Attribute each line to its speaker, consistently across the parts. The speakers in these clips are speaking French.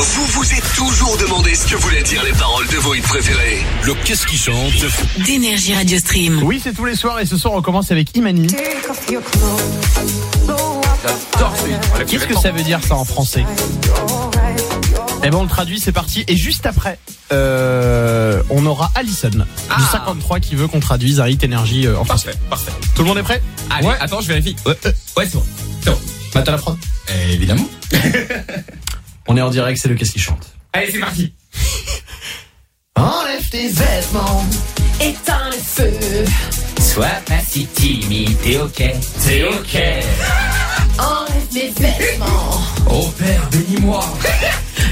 Speaker 1: Vous vous êtes toujours demandé ce que voulaient dire les paroles de vos hits préférés. Le qu'est-ce qui chante
Speaker 2: d'énergie Radio Stream.
Speaker 3: Oui, c'est tous les soirs et ce soir on commence avec Imani. Qu'est-ce que ça veut dire ça en français Eh ben on le traduit, c'est parti. Et juste après, euh, on aura Allison
Speaker 4: Ah.
Speaker 3: du 53 qui veut qu'on traduise un hit énergie euh, en français.
Speaker 4: Parfait, parfait.
Speaker 3: Tout le monde est prêt
Speaker 4: Allez,
Speaker 3: Ouais.
Speaker 4: attends, je vérifie. Ouais, euh, ouais, c'est bon. C'est bon.
Speaker 3: Bah t'as la prod.
Speaker 4: Euh, évidemment.
Speaker 3: On est en direct, c'est le qu'est-ce qui chante.
Speaker 4: Allez, c'est parti.
Speaker 3: Enlève tes vêtements.
Speaker 2: Éteins le feu,
Speaker 4: Sois pas si timide, t'es ok. T'es ok.
Speaker 2: enlève mes vêtements,
Speaker 4: Oh père, bénis-moi.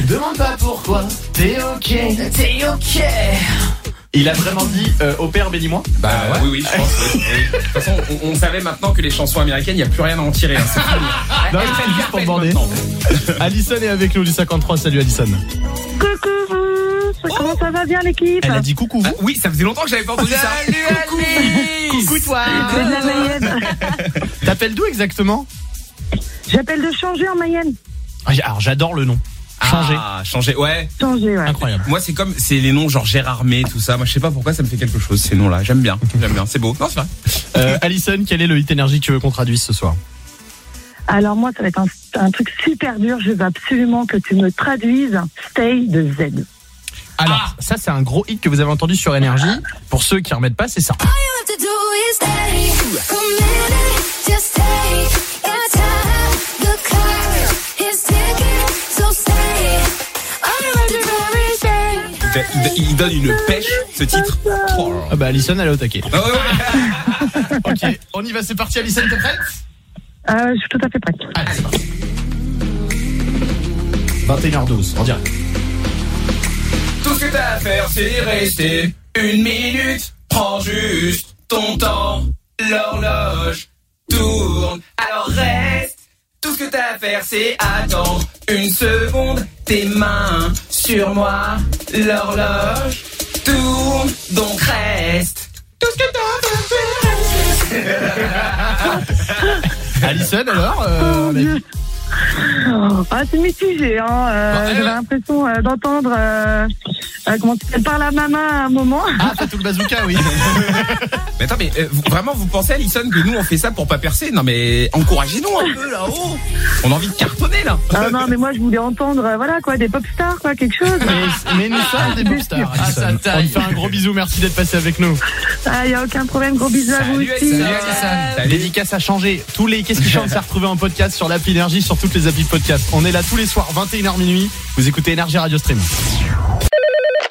Speaker 3: Demande pas pourquoi. T'es ok.
Speaker 2: t'es ok.
Speaker 3: Il a vraiment dit euh, au père bénis-moi.
Speaker 4: Bah oui, oui, je pense. oui, oui. De toute façon, on, on savait maintenant que les chansons américaines, il n'y a plus rien à en tirer. hein, c'est fini.
Speaker 3: Non,
Speaker 4: Elles
Speaker 3: je
Speaker 4: prennent
Speaker 3: dis
Speaker 4: leur
Speaker 3: juste pour
Speaker 4: place
Speaker 3: border.
Speaker 4: maintenant.
Speaker 3: Allison est avec nous du 53. Salut Allison.
Speaker 5: Coucou vous, ça- comment ça va bien l'équipe
Speaker 3: Elle a dit coucou vous.
Speaker 4: Ah, oui, ça faisait longtemps que j'avais pas entendu ça. Coucou. Coucou toi.
Speaker 5: C'est de la Mayenne.
Speaker 3: T'appelles d'où exactement
Speaker 5: J'appelle de changer en Mayenne.
Speaker 3: Ah, Alors j'adore le nom. Changer.
Speaker 4: Ah, changer. Ouais.
Speaker 5: Changer, ouais.
Speaker 3: Incroyable.
Speaker 4: Moi, c'est comme c'est les noms genre Gérard May, tout ça. Moi, je sais pas pourquoi ça me fait quelque chose ces noms-là. J'aime bien. J'aime bien. C'est beau. Non, c'est vrai.
Speaker 3: Euh, Allison, quel est le hit énergie que tu veux qu'on traduise ce soir
Speaker 5: Alors moi, ça va être un, un truc super dur. Je veux absolument que tu me traduises Stay de Z.
Speaker 3: Alors, ça c'est un gros hit que vous avez entendu sur énergie. Pour ceux qui remettent pas, c'est ça.
Speaker 4: Il- il- Il donne une pêche ce titre. Oh là là.
Speaker 3: Ah bah Allison, elle est au taquet.
Speaker 4: Ah ouais, ouais.
Speaker 3: ok, on y va, c'est parti Allison, t'es prête
Speaker 5: Euh, je suis tout à fait prête.
Speaker 3: Allez, c'est parti. 21h12, on dirait.
Speaker 4: Tout ce que t'as à faire, c'est rester une minute. Prends juste ton temps. L'horloge tourne. Alors reste. Tout ce que t'as à faire, c'est attendre une seconde. Tes mains sur moi. L'horloge tourne. Donc reste. Tout ce que t'as à faire, c'est rester.
Speaker 3: Allison, alors euh,
Speaker 5: Dieu. Oh, ah, c'est mitigé, hein. Euh,
Speaker 3: Bon, allez,
Speaker 5: J'avais
Speaker 3: là.
Speaker 5: l'impression euh, d'entendre euh, euh, comment elle parle à maman à un moment.
Speaker 3: Ah, Fatou le bazooka, oui.
Speaker 4: Mais attends, mais euh, vous- vraiment, vous pensez, Alison, que nous, on fait ça pour pas percer Non, mais encouragez-nous un peu là-haut. On a envie de cartonner là.
Speaker 5: Ah non, mais moi je voulais entendre, euh, voilà quoi, des pop stars, quoi, quelque chose.
Speaker 3: mais, mais nous sommes des bons stars, Allison. on te fait un gros bisou, merci d'être passé avec nous.
Speaker 5: Ah, y a aucun problème. Gros bisous à vous aussi.
Speaker 3: La dédicace a changé. Tous les Qu'est-ce qui chante s'est retrouvé en podcast sur l'appli Énergie, sur toutes les applis de podcast. On est là tous les soirs, 21h minuit. Vous écoutez Énergie Radio Stream.